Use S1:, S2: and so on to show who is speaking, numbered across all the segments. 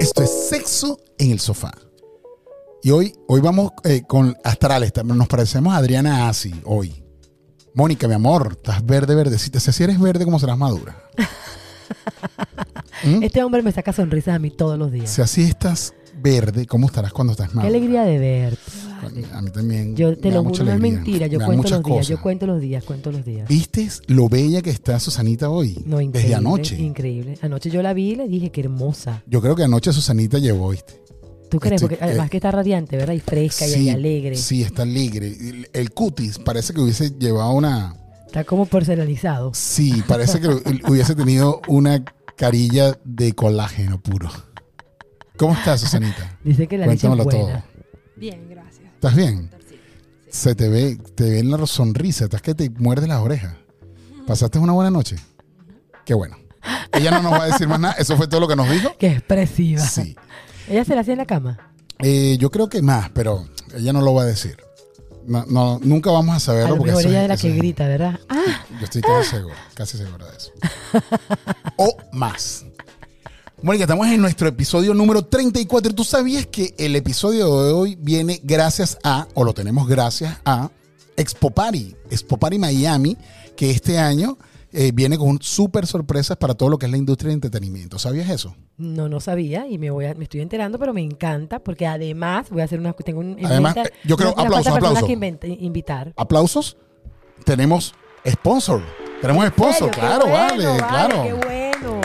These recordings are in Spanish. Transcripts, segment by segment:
S1: Esto es sexo en el sofá. Y hoy, hoy vamos eh, con astrales. también Nos parecemos a Adriana Asi hoy. Mónica, mi amor, estás verde, verdecita. O sea, si eres verde, ¿cómo serás madura?
S2: Ah.
S1: ¿Mm?
S2: Este hombre me saca sonrisas a mí todos los días.
S1: Si así estás verde, ¿cómo estarás cuando estás
S2: Qué
S1: madura?
S2: alegría de verte. vale.
S1: A mí también.
S2: Yo te
S1: me
S2: lo
S1: da mucha
S2: juro, no es
S1: alegría.
S2: mentira. Yo
S1: Me da
S2: cuento
S1: muchas
S2: los días,
S1: cosas.
S2: yo cuento los días, cuento los días.
S1: ¿Viste lo bella que está Susanita hoy?
S2: No, increíble.
S1: Desde anoche.
S2: Increíble. Anoche yo la vi y le dije, qué hermosa.
S1: Yo creo que anoche Susanita llevó, ¿viste?
S2: ¿Tú crees?
S1: Estoy-
S2: Porque además
S1: eh,
S2: que está radiante, ¿verdad? Y fresca y- y alegre.
S1: Sí, está alegre. El, el cutis parece que hubiese llevado una.
S2: Está como personalizado.
S1: Sí, parece que hubiese tenido una carilla de colágeno puro. ¿Cómo estás, Susanita?
S2: Dice que la leche es
S1: Cuéntamelo
S2: buena.
S1: todo.
S3: Bien, gracias.
S1: ¿Estás bien?
S3: Sí.
S1: Se te ve, te ve en la sonrisa, estás que te muerdes las orejas. ¿Pasaste una buena noche? Qué bueno. Ella no nos va a decir más nada, eso fue todo lo que nos dijo.
S2: Qué expresiva.
S1: Sí.
S2: Ella se la hacía en la cama.
S1: Eh, yo creo que más, pero ella no lo va a decir. No, no, nunca vamos a
S2: A
S1: saberlo
S2: lo
S1: porque
S2: mejor
S1: eso es-
S2: ella es la
S1: eso
S2: que
S1: es-
S2: grita, ¿verdad? Ah,
S1: Yo estoy casi seguro, casi seguro de eso. O más. Mónica, estamos en nuestro episodio número 34. ¿Tú sabías que el episodio de hoy viene gracias a, o lo tenemos gracias a, Expo Party, Expo Party Miami, que este año eh, viene con súper sorpresas para todo lo que es la industria de entretenimiento. ¿Sabías eso?
S2: no, no sabía y me voy a- me estoy enterando, pero me encanta porque además voy a hacer una tengo un en
S1: Además,
S2: mente
S1: eh, yo creo-
S2: una- una
S1: aplauso,
S2: falta de personas
S1: aplauso.
S2: que invent- invitar.
S1: aplausos, tenemos sponsor. Tenemos sponsor,
S2: Qué
S1: claro,
S2: bueno,
S1: vale, claro.
S2: Qué bueno.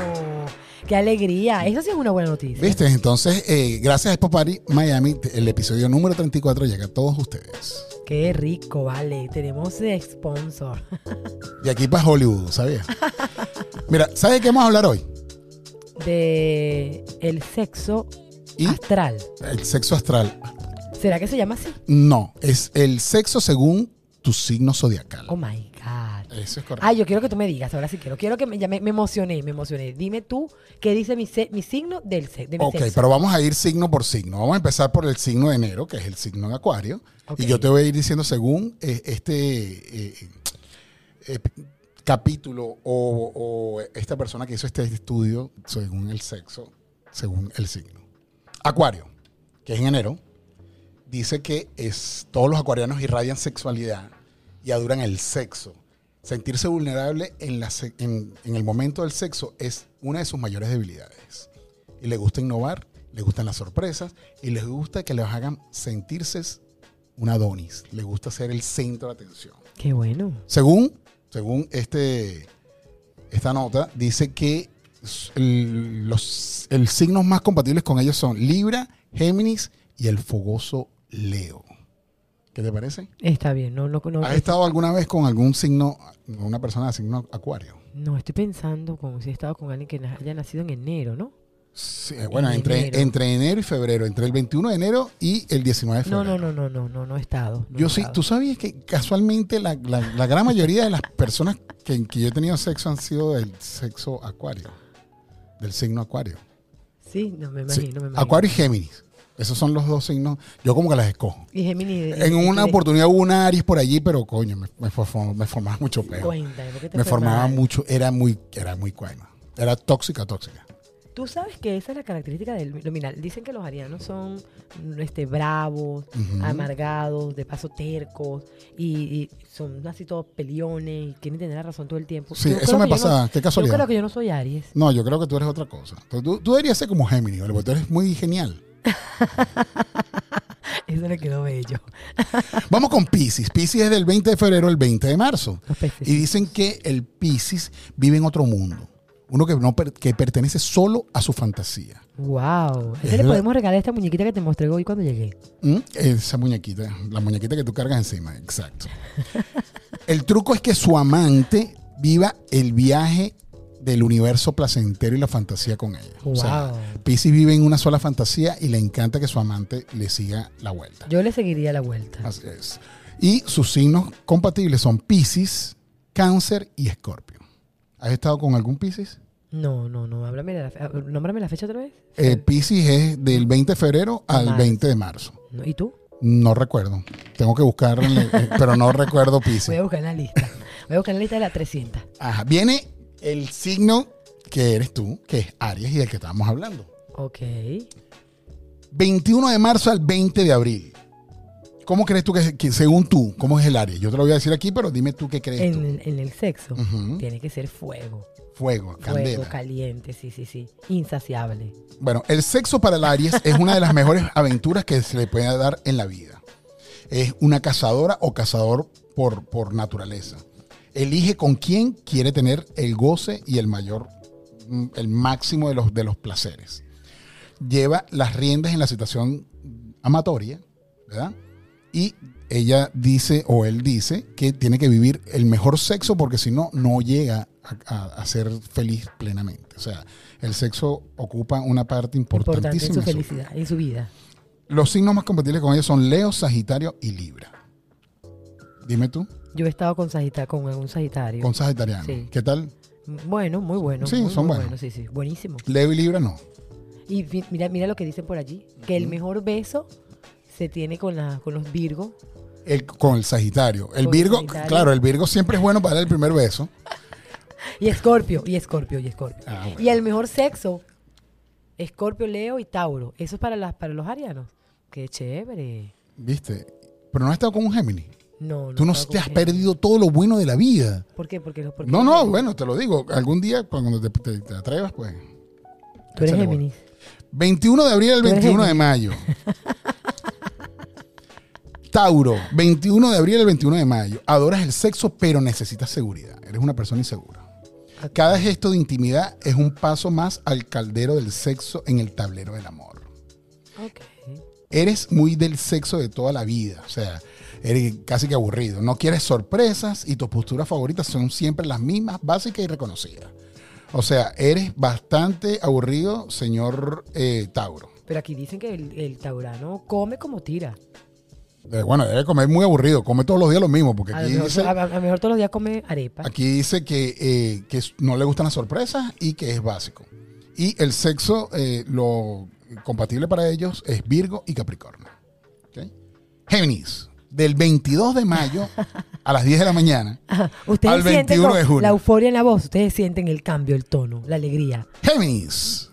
S2: Qué alegría. Eso sí es una buena noticia.
S1: Viste, entonces, eh, gracias a Expo Party Miami, te- el episodio número 34 llega a todos ustedes.
S2: Qué rico, vale. Tenemos eh, sponsor.
S1: Y aquí para Hollywood, ¿sabías? Mira, ¿sabes de qué vamos a hablar hoy?
S2: De el sexo
S1: Y
S2: astral.
S1: el sexo astral.
S2: ¿Será que se llama así?
S1: No, es el sexo según tu signo zodiacal.
S2: Oh my God.
S1: Eso es correcto.
S2: Ah, yo quiero que tú me digas, ahora sí quiero. Quiero que me, ya me, me emocioné, me emocioné. Dime tú qué dice mi, se- mi signo del se- de mi
S1: Ok,
S2: sexo.
S1: pero vamos a ir signo por signo. Vamos a empezar por el signo de enero, que es el signo de Acuario.
S2: Ok.
S1: Y yo te voy a ir diciendo según eh, este eh, eh, capítulo o, o esta persona que hizo este estudio, según el sexo, según el signo. Acuario, que es en enero, dice que es, todos los acuarianos irradian sexualidad y adoran el sexo. Sentirse vulnerable en, la se- en- en el momento del sexo es una de sus mayores debilidades. Y le gusta innovar, le gustan las sorpresas y les gusta que les hagan sentirse un Adonis. Le gusta ser el centro de atención.
S2: Qué bueno.
S1: Según, según este, esta nota, dice que s- el- los el signos más compatibles con ellos son Libra, Géminis y el fogoso Leo. ¿Qué te parece?
S2: Está bien, no, no, no.
S1: ¿Has estado alguna vez con algún signo, con una persona de signo acuario?
S2: No, estoy pensando como si he estado con alguien que na- haya nacido en enero, ¿no?
S1: Sí, eh, bueno,
S2: En
S1: entre
S2: enero.
S1: enero. entre enero y febrero, entre el 21 de enero y el 19 de
S2: No,
S1: febrero.
S2: no, no, no, no, no, no he estado. no he
S1: Yo sí,
S2: estado.
S1: tú sabías que casualmente la, la- la gran mayoría de las personas que, en que yo he tenido sexo han sido del sexo acuario, del signo acuario.
S2: Sí, no me
S1: Sí,
S2: imagino, me imagino.
S1: Acuario y Géminis. Esos son los dos signos. Yo como que las escojo.
S2: Y Gemini.
S1: En una
S2: eh.
S1: oportunidad hubo una Aries por allí, pero coño, me, me fo- me formaba mucho peo.
S2: Cuéntame, ¿por qué te
S1: Me
S2: fue
S1: formaba
S2: mal?
S1: mucho, era muy, era muy cuaima. Era tóxica, tóxica.
S2: Tú sabes que esa es la característica del. lo- Mira, dicen que los arianos son mm, este, bravos,
S1: Ujú.
S2: amargados, de paso tercos, y, y son así todos peleones, y quieren tener la razón todo el tiempo.
S1: Sí,
S2: Yo
S1: eso
S2: creo
S1: me
S2: que yo no-
S1: pasaba. Qué
S2: yo
S1: casualidad.
S2: creo que yo no soy Aries.
S1: No, yo creo que tú eres otra cosa. Tú, tú- tú deberías ser como Géminis, ¿vale? porque tú eres muy genial.
S2: Eso le quedó bello.
S1: Vamos con Pisces. Pisces es del 20 de febrero al 20 de marzo.
S2: Los peces.
S1: Y dicen que el Pisces vive en otro mundo. Uno que, no per- que pertenece solo a su fantasía.
S2: Wow.
S1: Es
S2: Ese le
S1: verdad.
S2: podemos regalar esta muñequita que te mostré hoy cuando llegué.
S1: ¿Mm? Esa muñequita, la muñequita que tú cargas encima, exacto. El truco es que su amante viva el viaje del universo placentero y la fantasía con ella. O sea,
S2: Wow.
S1: Pisces vive en una sola fantasía y le encanta que su amante le siga la vuelta.
S2: Yo le seguiría la vuelta.
S1: Así es. Y sus signos compatibles son Pisces, Cáncer y Escorpio. ¿Has estado con algún Pisces?
S2: No, no, no. Háblame la, fe- ah, nómbrame la fecha otra vez.
S1: Eh, Pisces es del 20 de febrero al
S2: Marzo.
S1: 20 de marzo.
S2: No, ¿Y tú?
S1: No recuerdo. Tengo que buscar, en el- pero no recuerdo
S2: Voy a
S1: Pisces.
S2: buscar en la lista. Voy a buscar en la lista de las 300.
S1: Ajá. Viene el signo que eres tú, que es Aries y del que estábamos hablando.
S2: Ok.
S1: 21 de marzo al 20 de abril. ¿Cómo crees tú que, es- que según tú, cómo es el área? Yo te lo voy a decir aquí, pero dime tú qué crees tú.
S2: En, el- en el sexo
S1: Ujú.
S2: tiene que ser fuego.
S1: Fuego, candela. Pues
S2: Fuego caliente, sí, sí, sí. Insaciable.
S1: Bueno, el sexo para el Aries es una de las mejores aventuras que se le puede dar en la vida. Es una cazadora o cazador por, por naturaleza. Elige con quién quiere tener el goce y el mayor, mm, el máximo de los, de los placeres. Lleva las riendas en la situación amatoria, ¿verdad? Y ella dice, o él dice, que tiene que vivir el mejor sexo porque si no, no llega a, a- a ser feliz plenamente. O sea, el sexo ocupa una parte
S2: Importante en
S1: importantísima.
S2: su
S1: en su-
S2: felicidad, en su vida.
S1: Los signos más compatibles con ellos son Leo, Sagitario y Libra. Dime tú,
S2: Yo he estado con, sagita con un Sagitario.
S1: con Sagitariano.
S2: Sí.
S1: ¿Qué tal?
S2: Bueno, muy bueno.
S1: Sí,
S2: muy,
S1: son
S2: muy
S1: buenos.
S2: Sí, sí, buenísimo.
S1: Leo y Libra no.
S2: Y fi- mira, mira lo que dicen por allí, que el mejor beso se tiene con, la, con los Virgos.
S1: El- con el Sagitario. El
S2: Con
S1: Virgo,
S2: Sagitario.
S1: claro, el Virgo siempre es bueno para dar el primer beso.
S2: Y Escorpio, y Escorpio, y Escorpio.
S1: Ah, bueno.
S2: Y el mejor sexo, Escorpio, Leo y Tauro. Eso es para, las, para los arianos. Qué chévere.
S1: ¿Viste? Pero no has estado con un Géminis.
S2: No,
S1: Tú no
S2: estaba
S1: te has
S2: con-
S1: perdido todo lo bueno de la vida.
S2: ¿Por qué? Porque, los- porque
S1: No, no, bueno, te lo digo. Algún día, pues, cuando te, te- te atrevas, pues.
S2: Tú eres
S1: échale
S2: Géminis.
S1: 21 de abril al
S2: Tú eres
S1: 21 de mayo. Tauro, 21 de abril al 21 de mayo. Adoras el sexo, pero necesitas seguridad. Eres una persona insegura. Cada gesto de intimidad es un paso más al caldero del sexo en el tablero del amor.
S2: Ok.
S1: eres muy del sexo de toda la vida. O sea, eres casi que aburrido. No quieres sorpresas y tus posturas favoritas son siempre las mismas, básicas y reconocidas. O sea, eres bastante aburrido, señor eh, Tauro.
S2: Pero aquí dicen que el, el taurano come como tira.
S1: Eh, bueno, debe comer muy aburrido. Come todos los días lo mismo, porque
S2: A lo
S1: aquí
S2: mejor,
S1: dice,
S2: a- a- a lo mejor todos los días come arepa.
S1: aquí dice que, eh, que no le gustan las sorpresas y que es básico. Y el sexo, eh, lo compatible para ellos es Virgo y Capricornio. ¿Ok? Géminis, del 22 de mayo a las 10 de la mañana.
S2: Ustedes
S1: al
S2: sienten
S1: 21
S2: como
S1: de junio.
S2: la euforia en la voz, ustedes sienten el cambio, el tono, la alegría.
S1: Géminis.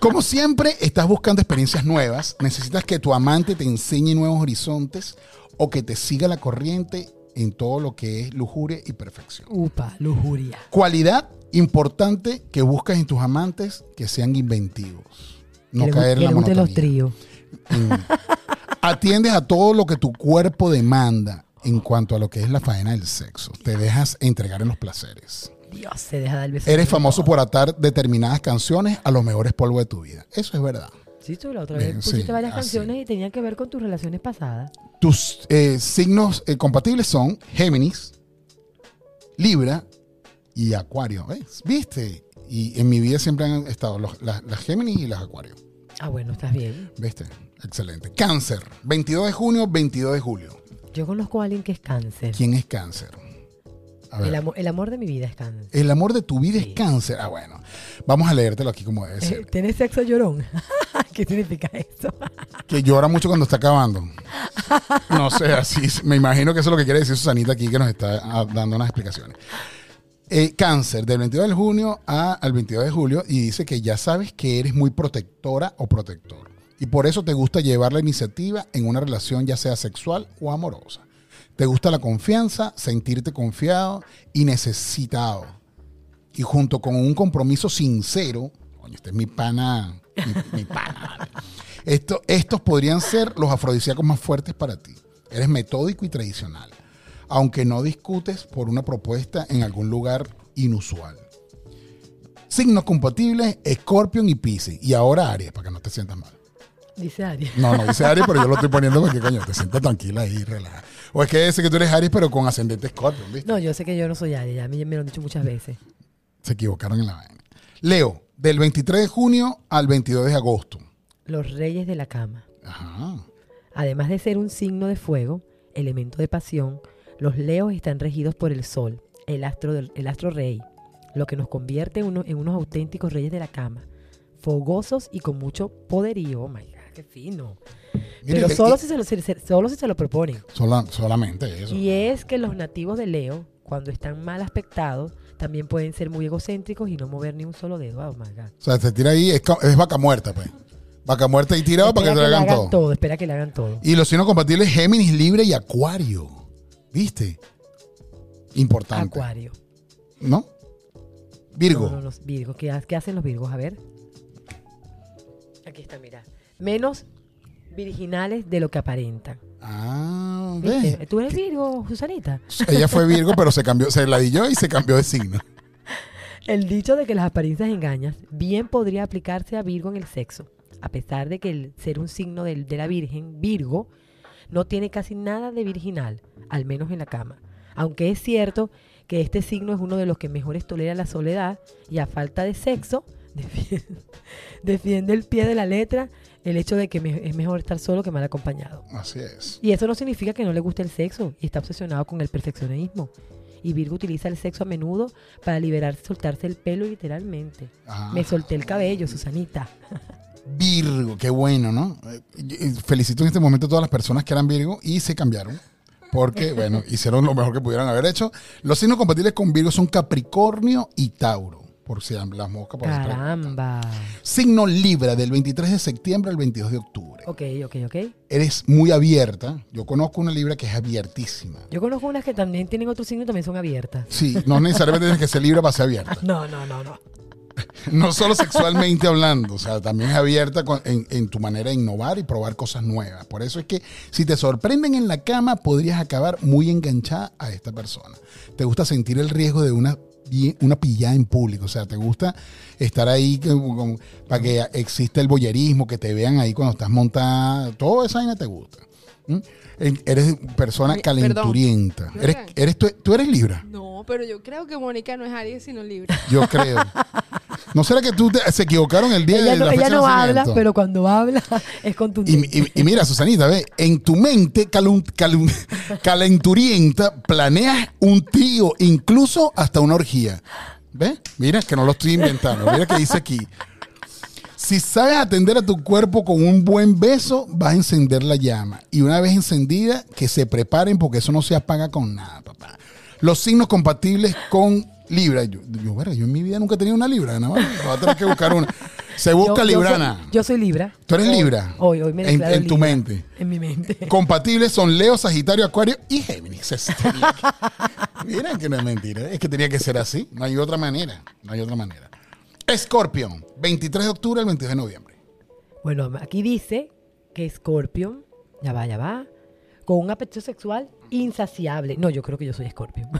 S1: Como siempre, estás buscando experiencias nuevas, necesitas que tu amante te enseñe nuevos horizontes o que te siga la corriente en todo lo que es lujuria y perfección.
S2: Upa, lujuria.
S1: Cualidad importante que buscas en tus amantes que sean inventivos. No
S2: Que le gu-
S1: caer en
S2: que
S1: la
S2: le gusten los
S1: monotonía.
S2: tríos.
S1: Atiendes a todo lo que tu cuerpo demanda en cuanto a lo que es la faena del sexo. Te dejas entregar en los placeres.
S2: Dios, se deja dar el beso.
S1: Eres famoso por atar determinadas canciones a los mejores polvos de tu vida. Eso es verdad.
S2: Sí, tú la otra vez
S1: Bien,
S2: pusiste
S1: sí,
S2: varias
S1: así.
S2: canciones y tenían que ver con tus relaciones pasadas.
S1: Tus eh, signos eh, compatibles son Géminis, Libra y Acuario. ¿Ves? ¿Viste? Y en mi vida siempre han estado los- las, las Géminis y las Acuario.
S2: Ah, bueno, estás bien.
S1: ¿Viste? Excelente. Cáncer, 22 de junio, 22 de julio.
S2: Yo conozco a alguien que es cáncer.
S1: ¿Quién es Cáncer? A ver. Eh,
S2: El, amo- el amor de mi vida es cáncer.
S1: El amor de tu vida
S2: Sí.
S1: es Cáncer. Ah, bueno. Vamos a leértelo aquí como debe
S2: Eh,
S1: ser.
S2: ¿Tienes sexo llorón? ¿Qué significa eso?
S1: Que llora mucho cuando está acabando. No sé, así es. me imagino que eso es lo que quiere decir Susanita aquí, que nos está ah, dando unas explicaciones. Eh, cáncer, del 22 de junio a- al 22 de julio, y dice que ya sabes que eres muy protectora o protector. Y por eso te gusta llevar la iniciativa en una relación ya sea sexual o amorosa. Te gusta la confianza, sentirte confiado y necesitado. Y junto con un compromiso sincero, coño, este es mi pana, mi, mi pana. vale. Esto- estos podrían ser los afrodisíacos más fuertes para ti. Eres metódico y tradicional, aunque no discutes por una propuesta en algún lugar inusual. Signos compatibles, Scorpion y Pisces. Y ahora Aries, para que no te sientas mal.
S2: Dice Aries.
S1: No, no dice Aries, pero yo lo estoy poniendo porque, coño, te sientas tranquila ahí, relaja. O es que dice que tú eres Aries, pero con ascendente Scorpion, ¿viste?
S2: No, yo sé que yo no soy Aries, ya me, me lo han dicho muchas veces.
S1: Se equivocaron en la vaina. Leo, del 23 de junio al 22 de agosto.
S2: Los reyes de la cama.
S1: Ajá.
S2: Además de ser un signo de fuego, elemento de pasión, los leos están regidos por el sol, el astro, del- el astro rey, lo que nos convierte en, uno- en unos auténticos reyes de la cama, fogosos y con mucho poderío. Oh my God, qué fino.
S1: Mira
S2: Pero
S1: que-
S2: solo si, se lo, si se- solo si se lo proponen.
S1: sola- solamente eso.
S2: Y es que los nativos de Leo, cuando están mal aspectados, también pueden ser muy egocéntricos y no mover ni un solo dedo. Oh my God.
S1: O sea, se tira ahí, es, ca- es vaca muerta, pues. Vaca muerta y tirado para que
S2: Espera
S1: se lo
S2: le
S1: hagan todo.
S2: Espera que le hagan todo.
S1: Y los signos compatibles Géminis, Libre y Acuario. ¿Viste? Importante.
S2: Acuario.
S1: ¿No? Virgo.
S2: No, no, los virgos. ¿Qué, ha- qué hacen los virgos? A ver. Aquí está, mira. Menos virginales de lo que aparentan.
S1: Ah,
S2: ¿Viste?
S1: ve.
S2: ¿Tú eres virgo, Susanita?
S1: Ella fue Virgo, pero se cambió, se ladilló y se cambió de signo.
S2: El dicho de que las apariencias engañan bien podría aplicarse a Virgo en el sexo, a pesar de que el ser un signo del- de, la Virgen, Virgo, no tiene casi nada de virginal, al menos en la cama. Aunque es cierto que este signo es uno de los que mejores tolera la soledad y a falta de sexo, defiende, defiende el pie de la letra el hecho de que me- es mejor estar solo que mal acompañado.
S1: Así es.
S2: Y eso no significa que no le guste el sexo y está obsesionado con el perfeccionismo. Y Virgo utiliza el sexo a menudo para liberarse, soltarse el pelo literalmente.
S1: Ah,
S2: Me solté el cabello, Susanita.
S1: Virgo, qué bueno, ¿no? Eh, y- y Felicito en este momento a todas las personas que eran Virgo y se cambiaron. Porque, bueno, hicieron lo mejor que pudieran haber hecho. Los signos compatibles con Virgo son Capricornio y Tauro. Por si las moscas. Por si preguntan.
S2: Caramba.
S1: Signo Libra, del 23 de septiembre al 22 de octubre.
S2: Ok, ok, ok.
S1: Eres muy abierta. Yo conozco una Libra que es abiertísima.
S2: Yo conozco unas que también tienen otro signo y también son abiertas.
S1: Sí, no necesariamente tienes que ser Libra para ser abierta.
S2: No, no, no, no.
S1: No solo sexualmente hablando, o sea, también es abierta con- en, en tu manera de innovar y probar cosas nuevas. Por eso es que si te sorprenden en la cama, podrías acabar muy enganchada a esta persona. Te gusta sentir el riesgo de una, pie- una pillada en público, o sea, te gusta estar ahí que- con- para que exista el boyerismo, que te vean ahí cuando estás montada, toda esa vaina te gusta. ¿Mm? Eh, Eres persona
S3: Oye, perdón.
S1: calenturienta.
S3: Creo
S1: Eres,
S3: que-
S1: eres, tú, tú eres Libra,
S3: No, pero yo creo que Mónica no es Aries, sino Libra.
S1: yo creo. ¿No será que tú te- se equivocaron el día
S2: Ella
S1: de
S2: no,
S1: la fecha
S2: ella
S1: de
S2: no habla,
S1: nacimiento?
S2: pero cuando habla es
S1: Y,
S2: contundente.
S1: y- y mira, Susanita, ve, en tu mente calun- calun- calenturienta planeas un tío, incluso hasta una orgía. ¿Ves? Mira, que no lo estoy inventando. Mira que dice aquí. Si sabes atender a tu cuerpo con un buen beso, vas a encender la llama. Y una vez encendida, que se preparen porque eso no se apaga con nada, papá. Los signos compatibles con Libra. Yo, yo, verga, yo en mi vida nunca he tenido una Libra, nada más. Voy a tener que buscar una. Se
S2: Yo-
S1: busca
S2: yo
S1: Librana.
S2: soy- Yo soy Libra.
S1: Tú eres Libra.
S2: Hoy, hoy me
S1: En,
S2: declaro
S1: en tu
S2: Libra.
S1: mente.
S2: En mi mente.
S1: Compatibles son Leo, Sagitario, Acuario y Géminis. Es- tenía que- Mira que no es mentira. Es que tenía que ser así. No hay otra manera. No hay otra manera. Escorpión, 23 de octubre al 22 de noviembre.
S2: Bueno, aquí dice que Scorpion, ya va, ya va, con un apetito sexual insaciable. No, yo creo que yo soy Scorpion,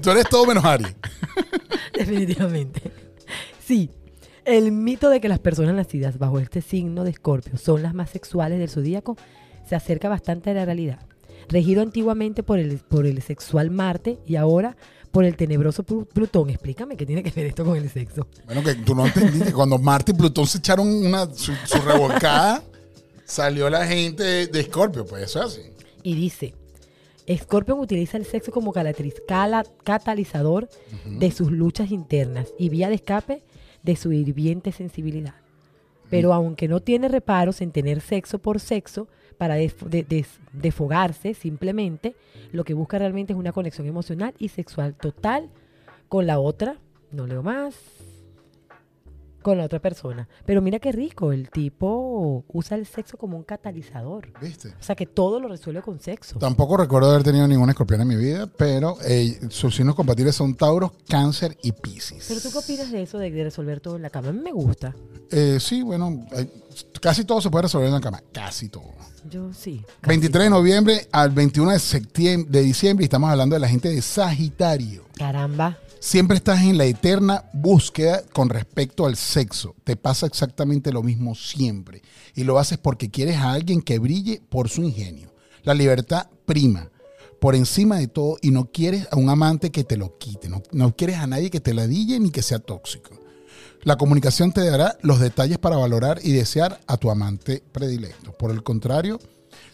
S1: Tú eres todo menos Ari.
S2: definitivamente. Sí, el mito de que las personas nacidas bajo este signo de Scorpio son las más sexuales del zodíaco se acerca bastante a la realidad. Regido antiguamente por el, por el sexual Marte y ahora por el tenebroso Plu- Plutón. Explícame qué tiene que ver esto con el sexo.
S1: Bueno, que tú no entendiste. Cuando Marte y Plutón se echaron una, su, su revolcada, salió la gente de- de Escorpio. Pues eso es así.
S2: y dice, Scorpion utiliza el sexo como calatriz- cala- catalizador de sus luchas internas y vía de escape de su hirviente sensibilidad. Pero aunque no tiene reparos en tener sexo por sexo para desf- de- des- defogarse simplemente, lo que busca realmente es una conexión emocional y sexual total con la otra, no leo más, con la otra persona. Pero mira qué rico, el tipo usa el sexo como un catalizador.
S1: ¿Viste?
S2: O sea, que todo lo resuelve con sexo.
S1: Tampoco recuerdo haber tenido ninguna escorpión en mi vida, pero eh, sus signos compatibles son Tauros, Cáncer y Piscis.
S2: Pero tú qué opinas de eso de, de resolver todo en la cama? A mí me gusta.
S1: Eh, sí, bueno, hay- casi todo se puede resolver en la cama. Casi todo.
S2: Yo sí. casi.
S1: 23 de noviembre al 21 de, septiembre, de diciembre y estamos hablando de la gente de Sagitario.
S2: Caramba.
S1: Siempre estás en la eterna búsqueda con respecto al sexo. Te pasa exactamente lo mismo siempre. Y lo haces porque quieres a alguien que brille por su ingenio. La libertad prima por encima de todo y no quieres a un amante que te lo quite. No, no quieres a nadie que te la dille ni que sea tóxico. La comunicación te dará los detalles para valorar y desear a tu amante predilecto. Por el contrario,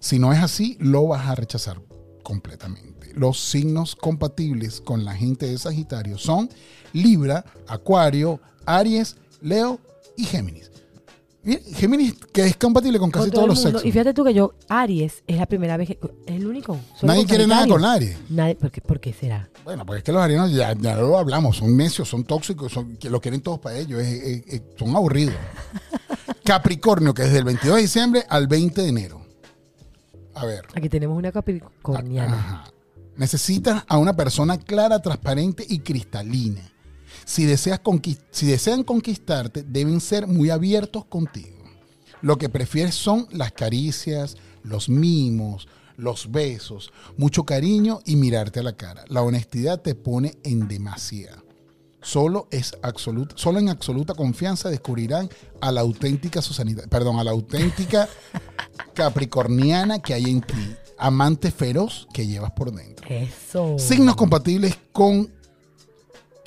S1: si no es así, lo vas a rechazar completamente. Los signos compatibles con la gente de Sagitario son Libra, Acuario, Aries, Leo y Géminis. Mira, Géminis que es compatible con
S2: Con
S1: casi
S2: todo
S1: todos
S2: el
S1: los
S2: mundo.
S1: sexos.
S2: Y fíjate tú que yo, Aries, es la primera vez que. Es el único. Solo
S1: Nadie
S2: con
S1: quiere nada
S2: Sagitario.
S1: con nadie.
S2: Nadie. ¿por qué, por qué será?
S1: Bueno, pues es que los arianos ya, ya lo hablamos, son necios, son tóxicos, son, que lo quieren todos para ellos, es- es- es- son aburridos. Capricornio, que es del 22 de diciembre al 20 de enero. A ver.
S2: Aquí tenemos una capricorniana.
S1: Ah, Ajá. Necesitas a una persona clara, transparente y cristalina. Si, deseas conquis- si desean conquistarte, deben ser muy abiertos contigo. Lo que prefieres son las caricias, los mimos, los besos, mucho cariño y mirarte a la cara. La honestidad te pone en demasía. Solo, es absoluta, solo en absoluta confianza descubrirán a la auténtica Susanita, perdón, a la auténtica capricorniana que hay en ti, amante feroz que llevas por dentro.
S2: Eso.
S1: Signos compatibles con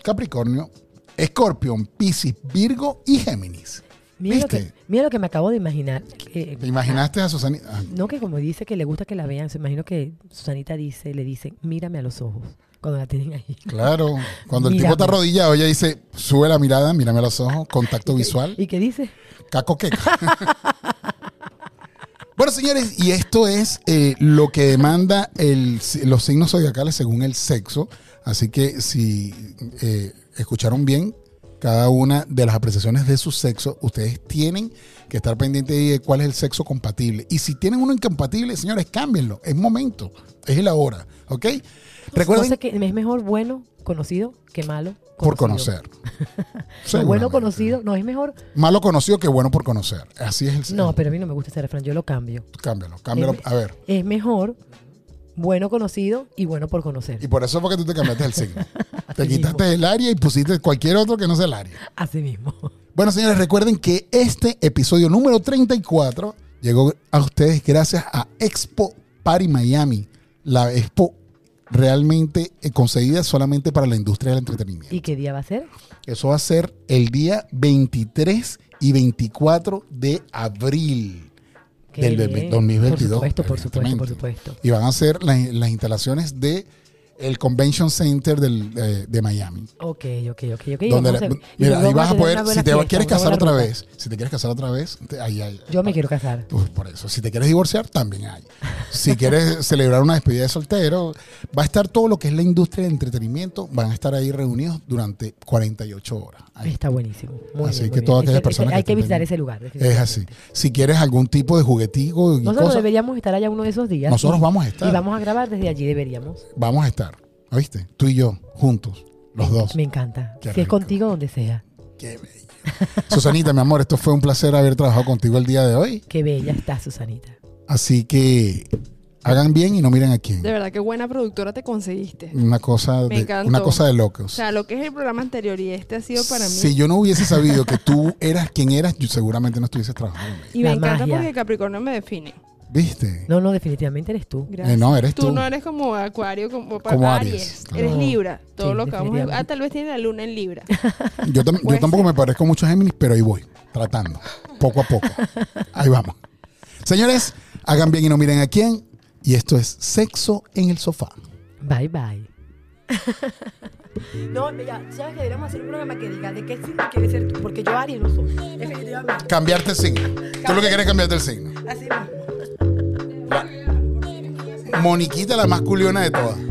S1: Capricornio, Escorpión, Piscis, Virgo y Géminis.
S2: mira, lo que,
S1: ¿viste?
S2: mira lo que me acabo de imaginar. que-
S1: ¿Te imaginaste a Susanita? Ah,
S2: No, que como dice que le gusta que la vean, se imagino que Susanita dice, le dicen, mírame a los ojos cuando la tienen ahí.
S1: Claro, cuando el
S2: Mírame.
S1: tipo está arrodillado, ella dice, sube la mirada, mírame a los ojos, contacto visual.
S2: ¿Y qué dice?
S1: Caco queca. bueno, señores, y esto es eh, lo que demanda el- los signos zodiacales según el sexo. Así que si eh, escucharon bien cada una de las apreciaciones de su sexo, ustedes tienen que estar pendientes de cuál es el sexo compatible. Y si tienen uno incompatible, señores, cámbienlo. Es momento, es la hora, ¿ok? Recuerden
S2: Entonces, que es mejor bueno conocido que malo conocido.
S1: por conocer.
S2: No, bueno
S1: Seguramente.
S2: conocido, no es mejor.
S1: Malo conocido que bueno por conocer. Así es el sexo.
S2: No, Eh, pero a mí no me gusta ese refrán, yo lo cambio.
S1: Cámbialo, cámbialo.
S2: Es-
S1: A ver.
S2: Es mejor bueno conocido y bueno por conocer.
S1: Y por eso fue que tú te cambiaste el signo. Te
S2: Así
S1: quitaste el área y pusiste cualquier otro que no sea el área.
S2: Así mismo.
S1: Bueno, señores, recuerden que este episodio número 34 llegó a ustedes gracias a Expo Party Miami. La expo realmente eh, concebida solamente para la industria del entretenimiento.
S2: ¿Y qué día va a ser?
S1: Eso va a ser el día 23 y 24 de abril.
S2: Qué
S1: Del- del
S2: bien.
S1: 2022,
S2: Por supuesto, por supuesto, por
S1: evidentemente.
S2: supuesto.
S1: Y van a ser la- las instalaciones de el Convention Center del, eh, de Miami.
S2: Ok, ok, ok, ok. vamos
S1: Donde la-
S2: a- y
S1: mira,
S2: luego
S1: ahí vas a
S2: tener
S1: poder,
S2: una buena
S1: si te
S2: fiesta,
S1: quieres
S2: una
S1: casar
S2: buena
S1: otra
S2: rumba.
S1: vez, si te quieres casar otra vez, te- ahí hay.
S2: Yo me quiero casar.
S1: Pues por eso, si te quieres divorciar, también hay. Si quieres celebrar una despedida de soltero, va a estar todo lo que es la industria del entretenimiento, van a estar ahí reunidos durante 48 horas. Ahí.
S2: Está buenísimo. Muy
S1: Así
S2: bien, muy
S1: que
S2: bien.
S1: todas aquellas
S2: Ese- ese-
S1: personas que
S2: Hay que
S1: estén
S2: visitar
S1: pendientes.
S2: ese lugar.
S1: Es así. Si quieres algún tipo de juguetico y
S2: Nosotros
S1: cosas,
S2: deberíamos estar allá uno de esos días.
S1: nosotros
S2: y,
S1: vamos a
S2: y
S1: estar.
S2: vamos a grabar desde allí, deberíamos.
S1: Vamos a estar, ¿oíste? Tú y yo, juntos, los dos.
S2: Me encanta. si
S1: Qué
S2: es
S1: rico.
S2: contigo, donde sea.
S1: Qué bello. Susanita, mi amor, esto fue un placer haber trabajado contigo el día de hoy.
S2: Qué bella está Susanita.
S1: Así que hagan bien y no miren a quién.
S3: De verdad, qué buena productora te conseguiste.
S1: Una cosa,
S3: Me
S1: de,
S3: encantó.
S1: una cosa de
S3: O
S1: locos.
S3: sea, lo que es el programa anterior y este ha sido para mí.
S1: Si yo no hubiese sabido que tú eras quien eras, yo seguramente no estuvieses trabajando conmigo.
S3: y me
S2: La
S3: encanta
S2: magia.
S3: porque Capricornio me define.
S1: ¿Viste?
S2: No, no, definitivamente eres tú.
S3: Gracias.
S1: Eh, no, eres tú.
S3: no eres como Acuario, como,
S1: Como
S3: Aries.
S1: Aries, claro.
S3: Eres
S2: No.
S3: Libra. Todo
S2: Sí,
S3: lo que vamos a...
S2: definitivamente.
S3: Ah, tal vez tiene la luna en Libra.
S1: Yo, tam- yo
S3: Puede
S1: tampoco me parezco mucho a Géminis, pero ahí voy, tratando, poco a poco. Ahí vamos. Señores, hagan bien y no miren a quién. Y esto es Sexo en el Sofá.
S2: Bye, bye. no, ya, sabes que deberíamos hacer un programa que diga de qué signo quieres ser tú. Porque yo Aries no soy. Definitivamente.
S1: Cambiarte el signo. Tú lo que quieres es cambiarte el signo.
S2: Así mismo.
S1: Moniquita, la más culiona de todas.